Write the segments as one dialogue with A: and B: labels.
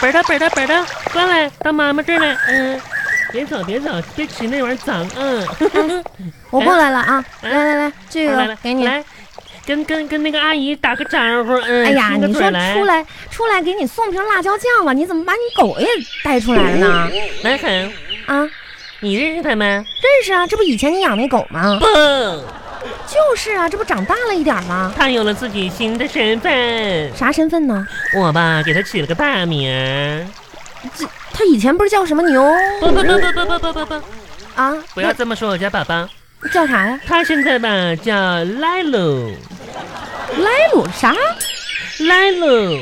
A: 本的本的，过来到妈妈这儿来，嗯，别走别走，别吃那玩意儿脏， 嗯，
B: 我过来了啊！
A: 哎
B: 来来来，这
A: 来来
B: 个给你。
A: 来，跟跟跟那个阿姨打个招呼，嗯，
B: 哎呀，
A: 亲个
B: 你
A: 嘴
B: 说
A: 来
B: 出来出来给你送瓶辣椒酱了，你怎么把你狗也带出来了呢？
A: 南恒，
B: 啊，
A: 你认识他吗？
B: 认识啊，这不以前你养那狗吗？
A: 不，
B: 就是啊，这不长大了一点吗？
A: 他有了自己新的身份，
B: 啥身份呢？
A: 我吧给他起了个大名儿，
B: 这他以前不是叫什么牛
A: 不不不不不不不不不，
B: 啊？
A: 不要这么说我家宝宝，
B: 那叫啥呀？
A: 他现在吧叫莱鲁，
B: 莱鲁啥？
A: 莱鲁。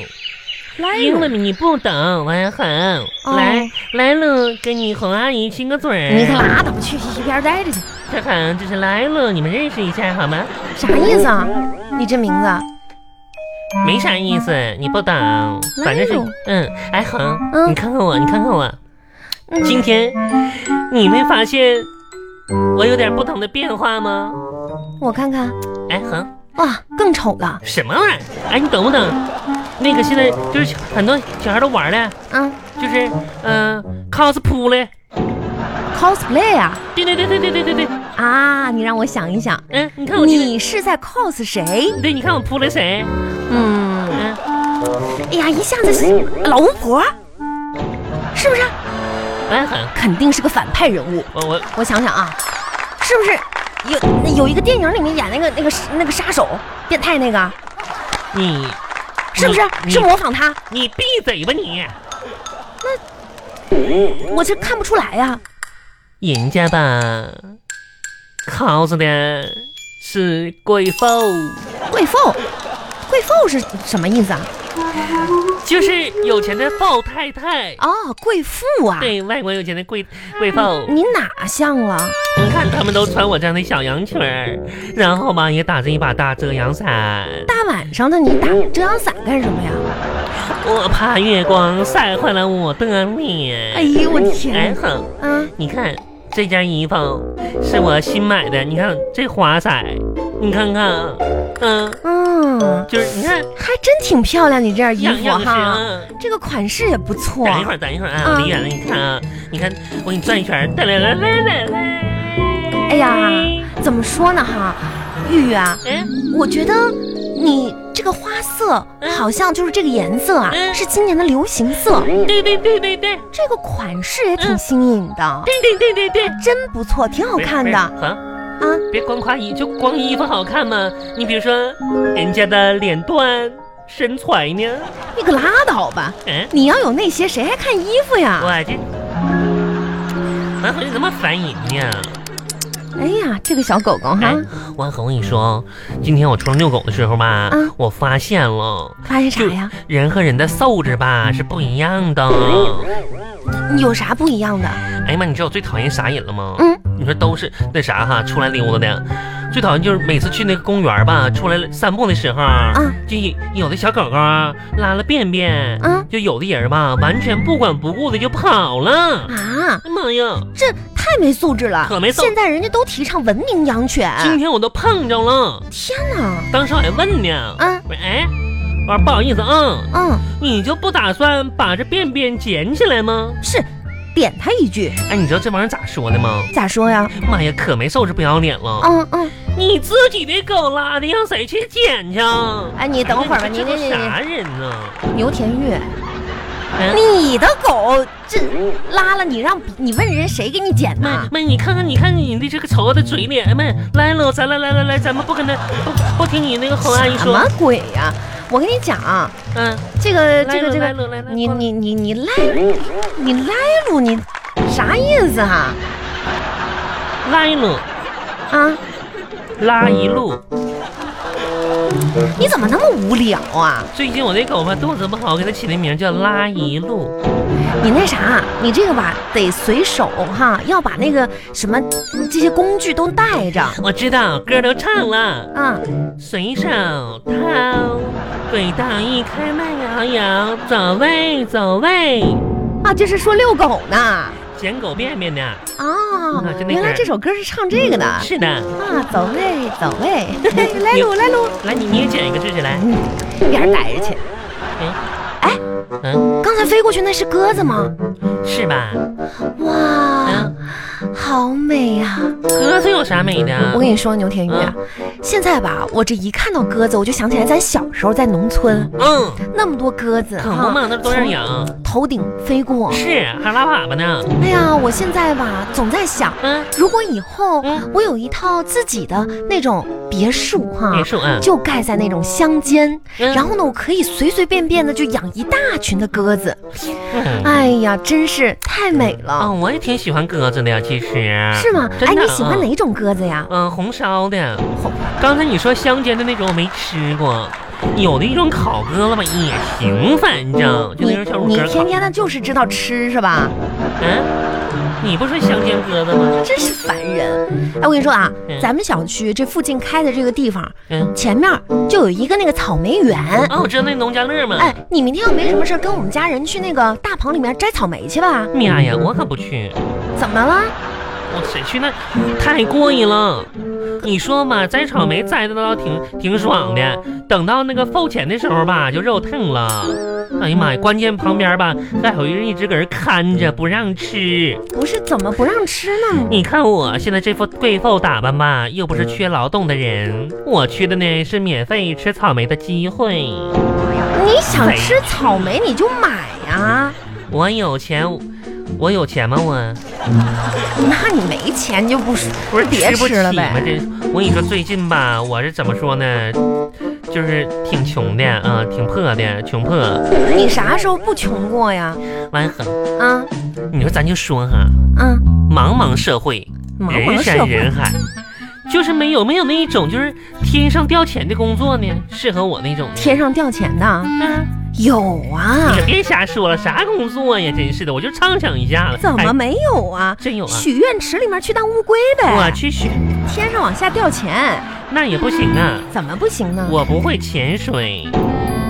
B: 莱
A: 英
B: 鲁
A: 文？你不懂，文恒，来来了，跟你红阿姨亲个嘴儿。
B: 你可拉倒去，一边待着去。
A: 这恒，这是来了，你们认识一下好吗？
B: 啥意思啊？你这名字，
A: 没啥意思，你不懂，反正是
B: 嗯来了
A: 嗯，哎恒，
B: 嗯
A: 你看看我，你看看我，
B: 嗯
A: 今天你没发现我有点不同的变化吗？
B: 我看看，
A: 哎恒，
B: 哇，更丑了
A: 什么玩意儿？哎，你懂不懂？那个现在就是很多小孩都玩的，
B: 啊
A: 就是嗯、cos 扑嘞，
B: ！cosplay 啊
A: 对对对对对对对对，
B: 啊！你让我想一想，
A: 嗯，你看我今天。
B: 你是在 cos 谁？
A: 对，你看我扑了谁？
B: 嗯，
A: 嗯，
B: 哎呀，一下子是老巫婆，是不是？
A: 蛮狠。
B: 肯定是个反派人物。
A: 哎我我
B: 我想想啊，是不是有有一个电影里面演那个那个那个杀手变态那个，
A: 你
B: 是不是
A: 你
B: 是模仿他？
A: 你你闭嘴吧你！
B: 我这看不出来呀、
A: 人家吧，cos 的是贵妇，
B: 贵妇，贵妇是什么意思啊？
A: 就是有钱的富太太。
B: 哦，贵妇啊，
A: 对，外国有钱的贵贵妇，
B: 你哪像啊了？
A: 你看他们都穿我这样的小洋裙儿，然后吧也打着一把大遮阳伞，
B: 大晚上的你打遮阳伞干什么呀？
A: 我怕月光晒坏了我的脸。
B: 哎呦我
A: 哎
B: 天！
A: 哼。
B: 嗯，
A: 你看这件衣服是我新买的，你看这花色，你看看，嗯，
B: 嗯，
A: 就是你看
B: 还真挺漂亮，你这件衣
A: 样
B: 服
A: 样式
B: 哈，
A: 啊。
B: 这个款式也不错。
A: 等一会儿，等一会儿啊，我离远了，你看啊，你看我给你转一圈儿，来来来来来来。
B: 哎呀，怎么说呢哈，玉玉啊，
A: 哎，
B: 我觉得你这个花色
A: 嗯
B: 好像就是这个颜色啊，
A: 嗯
B: 是今年的流行色，
A: 对对对对对
B: 这个款式也挺新颖的，
A: 对对对对对，
B: 真不错，挺好看的啊。
A: 好。别光夸衣，就光衣服好看嘛。你比如说，人家的脸段、身材呢，
B: 你可拉倒吧，
A: 嗯，
B: 你要有那些，谁还看衣服呀？
A: 我这，男朋友怎么烦人呢？
B: 哎呀，这个小狗狗哈
A: 哎，，万恒，我跟你说，今天我出来遛狗的时候吧，
B: 嗯
A: 我发现了
B: 发现啥呀？
A: 人和人的素质吧是不一样的。
B: 你有啥不一样的？
A: 哎呀妈，你知道我最讨厌啥人了吗？
B: 嗯，
A: 你说都是那啥哈，出来溜达的，最讨厌就是每次去那个公园吧，出来散步的时候，啊
B: 嗯
A: 就有有的小狗狗啊拉了便便，
B: 嗯
A: 就有的人吧完全不管不顾的就跑了。
B: 啊，
A: 哎妈呀！
B: 这太没素质了，
A: 可没素
B: 现在人家都提倡文明养犬，
A: 今天我都碰着了，
B: 天哪！
A: 当时我还问呢，
B: 嗯
A: 我说哎，我说不好意思啊，
B: 嗯，
A: 你就不打算把这便便捡起来吗？
B: 是，点他一句，
A: 哎，你知道这玩意儿咋说的吗？
B: 咋说呀？
A: 妈呀，可没素质不要脸了！
B: 嗯嗯，
A: 你自己的狗拉的，让谁去捡去啊？
B: 哎，你等会儿吧，你
A: 这
B: 你
A: 都
B: 你
A: 啥人啊呢？
B: 牛田玉，
A: 嗯
B: 你的狗这拉了，你让别你问人谁给你捡
A: 妈
B: 的？
A: 妈，你看看，你看看你的这个丑恶的嘴脸！哎妈，来了，咱来来来来，咱们不跟他不不听你那个侯阿姨
B: 什
A: 说
B: 么，鬼呀、我跟你讲啊，
A: 嗯，
B: 这个
A: 来
B: 这
A: 了
B: 个这
A: 来
B: 个，
A: 了来了，
B: 你
A: 过来
B: 你你你赖你赖路你啥意思啊？
A: 来了
B: 啊，
A: 拉一路。
B: 你怎么那么无聊啊？
A: 最近我那狗吧肚子不好，给它起的名叫拉一路。
B: 你那啥，你这个吧得随手哈，要把那个什么这些工具都带着
A: 我知道歌都唱了。
B: 啊。
A: 随手掏，轨道一开慢摇摇，走位走位，
B: 啊，这是说遛狗呢。
A: 捡狗便便呢？
B: 哦
A: 啊就，那
B: 原来
A: 歌
B: 这首歌是唱这个的。
A: 是的，
B: 啊，走位，走 位，来喽，来喽，
A: 来你你也捡一个试试来。
B: 嗯，一边待着去。
A: 哎，
B: 哎，
A: 嗯，
B: 刚才飞过去那是鸽子吗？
A: 是吧？
B: 哇
A: 嗯，，
B: 好美呀、
A: 鸽子有啥美的
B: 我？跟你说，牛田玉啊，
A: 嗯
B: 现在吧，我这一看到鸽子，我就想起来咱小时候在农村
A: 嗯，
B: 那么多鸽子
A: 可不嘛，
B: 哈，
A: 那都让养。
B: 头顶飞过。
A: 是，还拉粑粑呢。
B: 哎呀，我现在吧，总在想，
A: 嗯，
B: 如果以后
A: 嗯
B: 我有一套自己的那种别墅哈
A: 别，墅啊，
B: 嗯就盖在那种乡间，
A: 嗯
B: 然后呢，我可以随随便便的就养一大群的鸽子。
A: 嗯
B: 哎呀，真是太美
A: 啊，
B: 了，
A: 我也挺喜欢鸽子的呀，其实。
B: 是吗？
A: 真
B: 哎，
A: 的
B: 你喜欢
A: 啊
B: 哪种鸽子呀？
A: 嗯，红烧的。刚才你说乡间的那种我没吃过，有的一种烤鸽子吧也行，反正嗯就
B: 你
A: 那种小乳
B: 你
A: 鸽
B: 天
A: 烤。
B: 天的就是知道吃是吧？
A: 嗯，你不说乡间鸽子吗？
B: 真是烦人！哎，我跟你说啊
A: 嗯，
B: 咱们小区这附近开的这个地方
A: 嗯，
B: 前面就有一个那个草莓园。
A: 啊，我知道那农家乐嘛。
B: 哎，你明天要没什么事儿，跟我们家人去那个大棚里面摘草莓去吧？
A: 妈哎呀，我可不去，
B: 怎么了？
A: 我谁去那？太过瘾了。你说嘛，摘草莓摘的倒挺挺爽的，等到那个付钱的时候吧，就肉疼了。哎呀妈呀，关键旁边吧还有人一直搁这看着不让吃。
B: 不是怎么不让吃呢？
A: 你看我现在这副贵妇打扮吧，又不是缺劳动的人，我缺的呢是免费吃草莓的机会。
B: 你想吃草莓你就买呀、
A: 我有钱，我有钱吗？我
B: 那你没钱就不说
A: 不是
B: 别
A: 不起
B: 吃了
A: 吗？
B: 呗。
A: 这我跟你说，最近吧，我是怎么说呢？就是挺穷的啊、挺破的，穷破
B: 你啥时候不穷过呀？
A: 蛮横。
B: 啊
A: 你说咱就说哈，
B: 啊，
A: 茫茫社会，
B: 茫茫
A: 人
B: 社
A: 山
B: 会
A: 人海，就是没有没有那一种就是天上掉钱的工作呢，适合我那种的。
B: 天上掉钱的
A: 啊
B: 有啊
A: 你，可别瞎说了，啥工作呀？真是的，我就畅想一下了。
B: 怎么
A: 哎？
B: 没有啊？
A: 真有啊！
B: 许愿池里面去当乌龟呗。
A: 我去学，
B: 天上往下掉钱，
A: 那也不行啊！
B: 怎么不行呢？
A: 我不会潜水，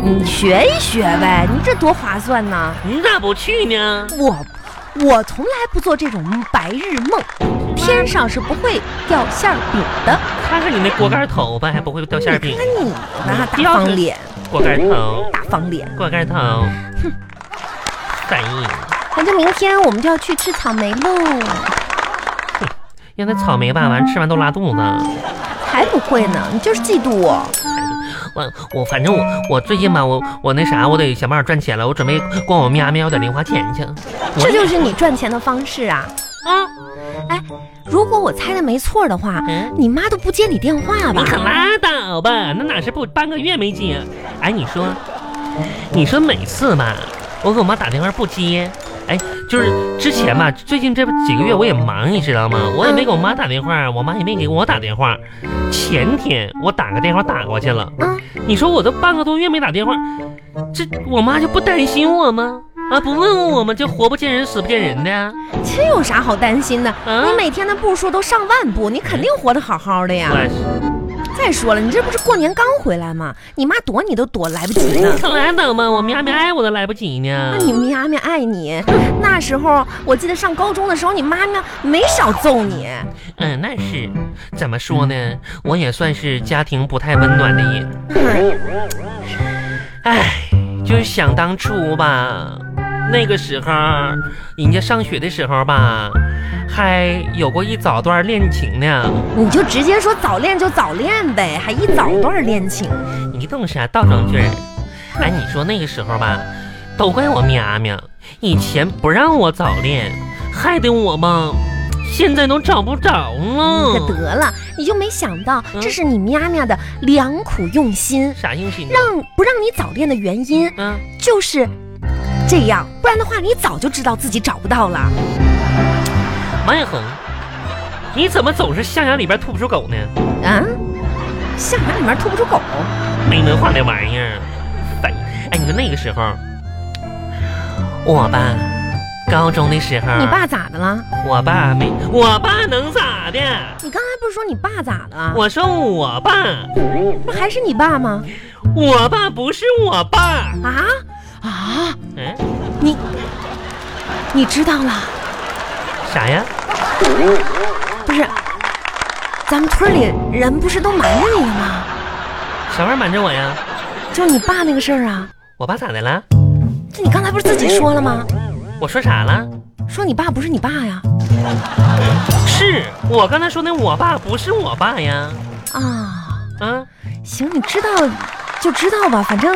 B: 你学一学呗，你这多划算呢！
A: 你咋不去呢？
B: 我我从来不做这种白日梦，天上是不会掉馅儿饼的。
A: 看看你那锅盖头吧，还不会掉馅儿饼
B: 你。看你吧，大
A: 掉
B: 方
A: 是
B: 脸，
A: 锅盖头，
B: 大方脸。
A: 锅盖头，反应。
B: 反正明天我们就要去吃草莓喽，
A: 让那草莓吧，完吃完都拉肚子。
B: 才不会呢！你就是嫉妒我。
A: 我我反正我我最近吧，我我那啥，我得想办法赚钱了。我准备管我喵喵要点零花钱去。我
B: 这就是你赚钱的方式啊！哎
A: 啊，
B: 如果我猜的没错的话，
A: 嗯。
B: 你妈都不接你电话吧
A: 你？可拉倒吧，那哪是不半个月没接？哎，你说，你说每次吧，我给我妈打电话不接，哎，就是之前吧，最近这几个月我也忙，你知道吗？我也没给我妈打电话，我妈也没给我打电话。前天我打个电话打过去了，
B: 嗯
A: 你说我都半个多月没打电话，这我妈就不担心我吗？啊，不问问我吗？这活不见人，死不见人的啊呀、
B: 这有啥好担心的？
A: 嗯
B: 你每天的步数都上万步，你肯定活得好好的呀。
A: 我也是。
B: 再说了，你这不是过年刚回来吗？你妈躲你都躲来不及呢
A: 你。可拉倒吧，我喵喵爱我都来不及呢
B: 那。你妈咪爱你，那时候我记得上高中的时候，你妈咪没少揍你。
A: 嗯，那是，怎么说呢？我也算是家庭不太温暖的人。唉，就是想当初吧，那个时候，人家上学的时候吧，还有过一早段恋情呢。
B: 你就直接说早恋就早恋呗，还一早段恋情。
A: 你懂啥倒装句儿？哎，你说那个时候吧，都怪我喵喵，以前不让我早恋，害得我嘛，现在都找不着
B: 可
A: 了。
B: 得了，你就没想到
A: 嗯
B: 这是你喵喵的良苦用心，
A: 啥用心呢？
B: 让不让你早恋的原因
A: 嗯。
B: 就是这样，不然的话你早就知道自己找不到了。
A: 王彦恒，你怎么总是象牙里边吐不出狗呢？
B: 啊，象牙里面吐不出狗。
A: 没文化那玩意儿，烦！哎，你说那个时候，我吧，高中的时候，
B: 你爸咋的了？
A: 我爸没，我爸能咋的？
B: 你刚才不是说你爸咋了？
A: 我说我爸，
B: 不还是你爸吗？
A: 我爸不是我爸，
B: 啊啊！
A: 嗯，
B: 你你知道了？
A: 啥呀？
B: 不是，咱们村里人不是都瞒着你了吗？
A: 啥玩意儿瞒着我呀？
B: 就是你爸那个事儿啊，
A: 我爸咋的了？
B: 这你刚才不是自己说了吗？
A: 我说啥了？
B: 说你爸不是你爸呀？
A: 是我刚才说那我爸不是我爸呀？
B: 啊，
A: 啊，
B: 行，你知道就知道吧，反正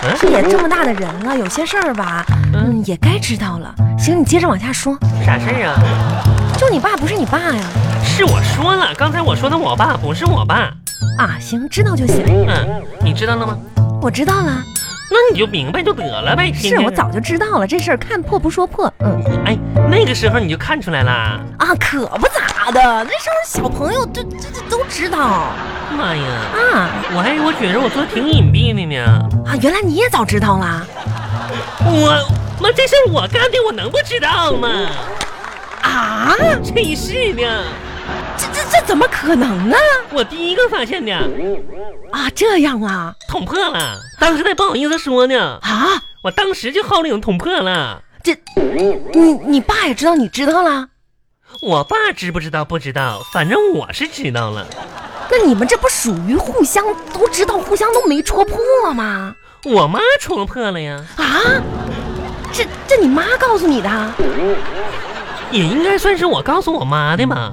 A: 嗯、
B: 这也这么大的人了，有些事儿吧，嗯，也该知道了。行，你接着往下说，
A: 啥事儿啊？
B: 就你爸不是你爸呀？
A: 是我说了，刚才我说的我爸不是我爸。
B: 啊，行，知道就行，
A: 嗯，你知道了吗？
B: 我知道了，
A: 那你就明白就得了呗。天
B: 是
A: 天
B: 我早就知道了，这事儿看破不说破，嗯。
A: 哎，那个时候你就看出来啦。
B: 啊，可不咋的，那时候小朋友这这这都知道啊
A: 妈呀，我还我觉着我做的挺隐蔽的呢。
B: 啊！原来你也早知道啦
A: 我妈这事儿我干的，我能不知道吗？
B: 啊！
A: 真是的，
B: 这这这怎么可能呢？
A: 我第一个发现的，
B: 啊，这样啊
A: 捅破了。当时还不好意思说呢，
B: 啊！
A: 我当时就号令捅破了。
B: 这你你爸也知道你知道啦？
A: 我爸知不知道不知道，反正我是知道了。
B: 那你们这不属于互相都知道，互相都没戳破吗？
A: 我妈戳破了呀，
B: 啊，这这你妈告诉你的啊？
A: 也应该算是我告诉我妈的吧。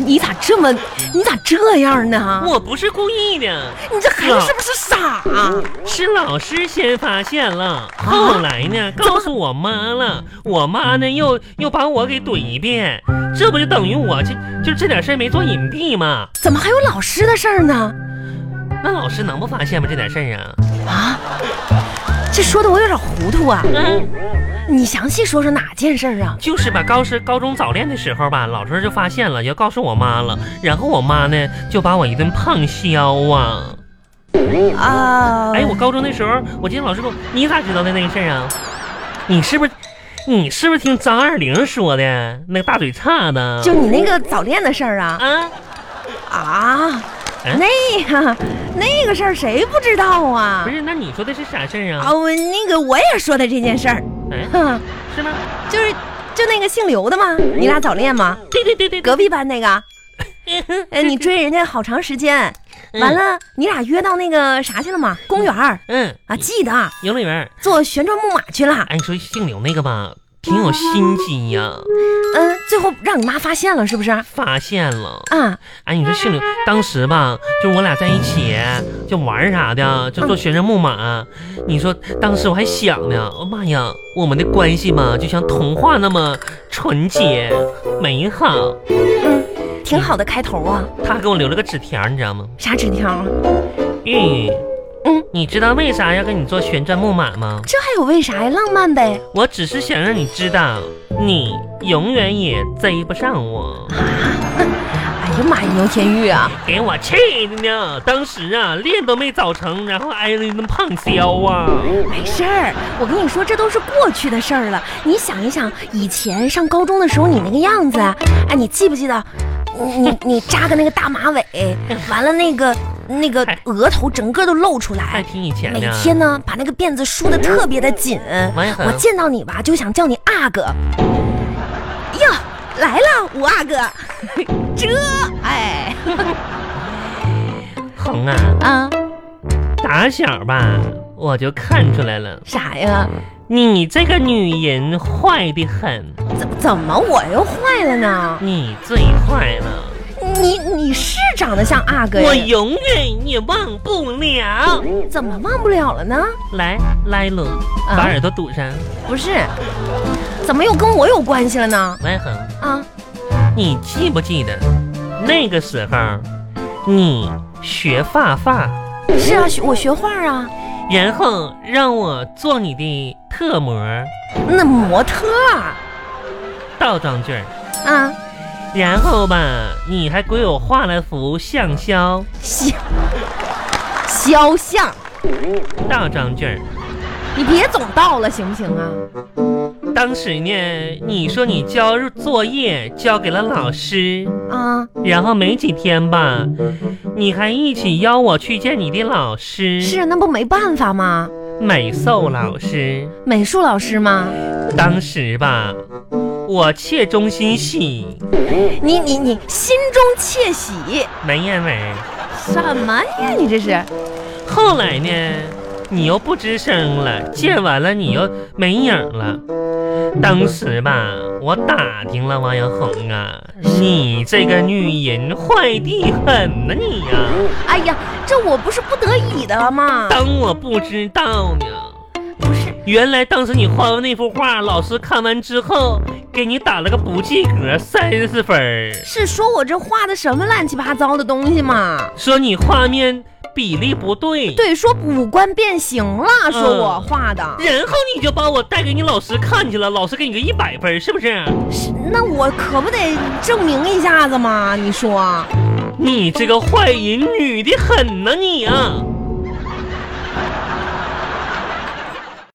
B: 你咋这么你咋这样呢？
A: 我不是故意的，
B: 你这孩子是不是傻啊？
A: 是老师先发现了，后来呢告诉我妈了，我妈呢又又把我给怼一遍，这不就等于我这就这点事儿没做隐蔽吗？
B: 怎么还有老师的事儿呢？
A: 那老师能不发现吗？这点事儿啊？
B: 啊，这说的我有点糊涂啊！
A: 嗯，
B: 你详细说说哪件事儿啊？
A: 就是吧，高是高中早恋的时候吧，老师就发现了，要告诉我妈了，然后我妈呢就把我一顿胖削啊。
B: 啊，
A: 哎，我高中的时候，我记得老师跟我，你咋知道的那个事儿啊？你是不是，你是不是听张爱玲说的那个大嘴叉子？
B: 就你那个早恋的事儿啊
A: 啊，
B: 啊，
A: 哎
B: 那 个那个事儿谁不知道啊
A: 不？是，那你说的是啥事儿
B: 啊，
A: 啊？
B: 我那个我也说的这件事儿，
A: 哎，
B: 哼，
A: 是吗？
B: 就是就那个姓刘的嘛，你俩早 恋吗？
A: 对对对对，
B: 隔壁 班那个，哎，你追人家好长时间，完了你俩约到那个啥去了吗？公园儿
A: 嗯，
B: 啊，记得啊
A: 游乐园。
B: 坐旋转木马去了，
A: 哎，你说姓刘那个吧，挺有心机呀、
B: 嗯，最后让你妈发现了是不是？啊，
A: 发现了。哎，你说姓刘，当时吧，就我俩在一起，就玩儿啥的，就坐旋转木马。你说当时我还想呢，哦妈呀，我们的关系吧，就像童话那么纯洁美好。
B: 嗯挺好的开头啊。
A: 他给我留了个纸条，你知道吗？
B: 啥纸条啊？
A: 玉，
B: 嗯，
A: 你知道为啥要跟你坐旋转木马吗？
B: 这还有为啥呀？浪漫呗。
A: 我只是想让你知道，你永远也追不上我。
B: 哎呀妈呀，牛天玉啊！
A: 给我气的呢！当时啊，练都没早成，然后挨了一顿胖削啊！
B: 没事儿，我跟你说，这都是过去的事儿了。你想一想，以前上高中的时候你那个样子，哎，你记不记得？你你你扎个那个大马尾，完了那个那个额头整个都露出
A: 还
B: 来，
A: 哎挺以前
B: 每
A: 的。
B: 天呢把那个辫子梳的特别的紧。
A: 妈呀
B: 我见到你吧就想叫你阿哥。哟，来了，五阿哥，这哎
A: 红啊，
B: 啊
A: 打小吧我就看出来了，
B: 啥呀？
A: 你这个女人坏的很，
B: 怎怎么我又坏了呢？
A: 你最坏了，
B: 你你是长得像阿哥
A: 我
B: 呀？
A: 永远也忘不了。
B: 怎么忘不了了呢？
A: 来，来了，
B: 啊
A: 把耳朵堵上。
B: 不是，怎么又跟我有关系了呢？
A: 来恒，
B: 啊，
A: 你记不记得那个时候，你学画画？
B: 是啊，学我学画啊，
A: 然后让我做你的特模
B: 那模特儿
A: 倒装句儿，
B: 啊，
A: 然后吧，你还给我画了幅相肖
B: 肖肖像，
A: 倒装句儿。
B: 你别总倒了行不行啊？
A: 当时呢，你说你交作业交给了老师，
B: 啊，
A: 然后没几天吧，你还一起邀我去见你的老师，
B: 是啊那不没办法吗？
A: 美寿老师。
B: 美术老师吗？
A: 当时吧，我切中心喜，
B: 你你你心中窃喜
A: 没认为。
B: 什么呀？你这是
A: 后来呢，你又不吱声了，借完了你又没影儿了。当时吧，我打听了王小红啊，你这个女人坏的很呐、你呀、
B: 哎呀，这我不是不得已的吗？
A: 当我不知道呢。
B: 不是，
A: 原来当时你画完那幅画，老师看完之后给你打了个不及格三十分儿，
B: 是说我这画的什么乱七八糟的东西吗？
A: 说你画面比例不对。
B: 对，说五官变形了，说
A: 嗯
B: 我画的，
A: 然后你就把我带给你老师看去了，老师给你个一百分儿，是不是？
B: 那我可不得证明一下子吗？你说，
A: 你这个坏人，女的很呐、你啊！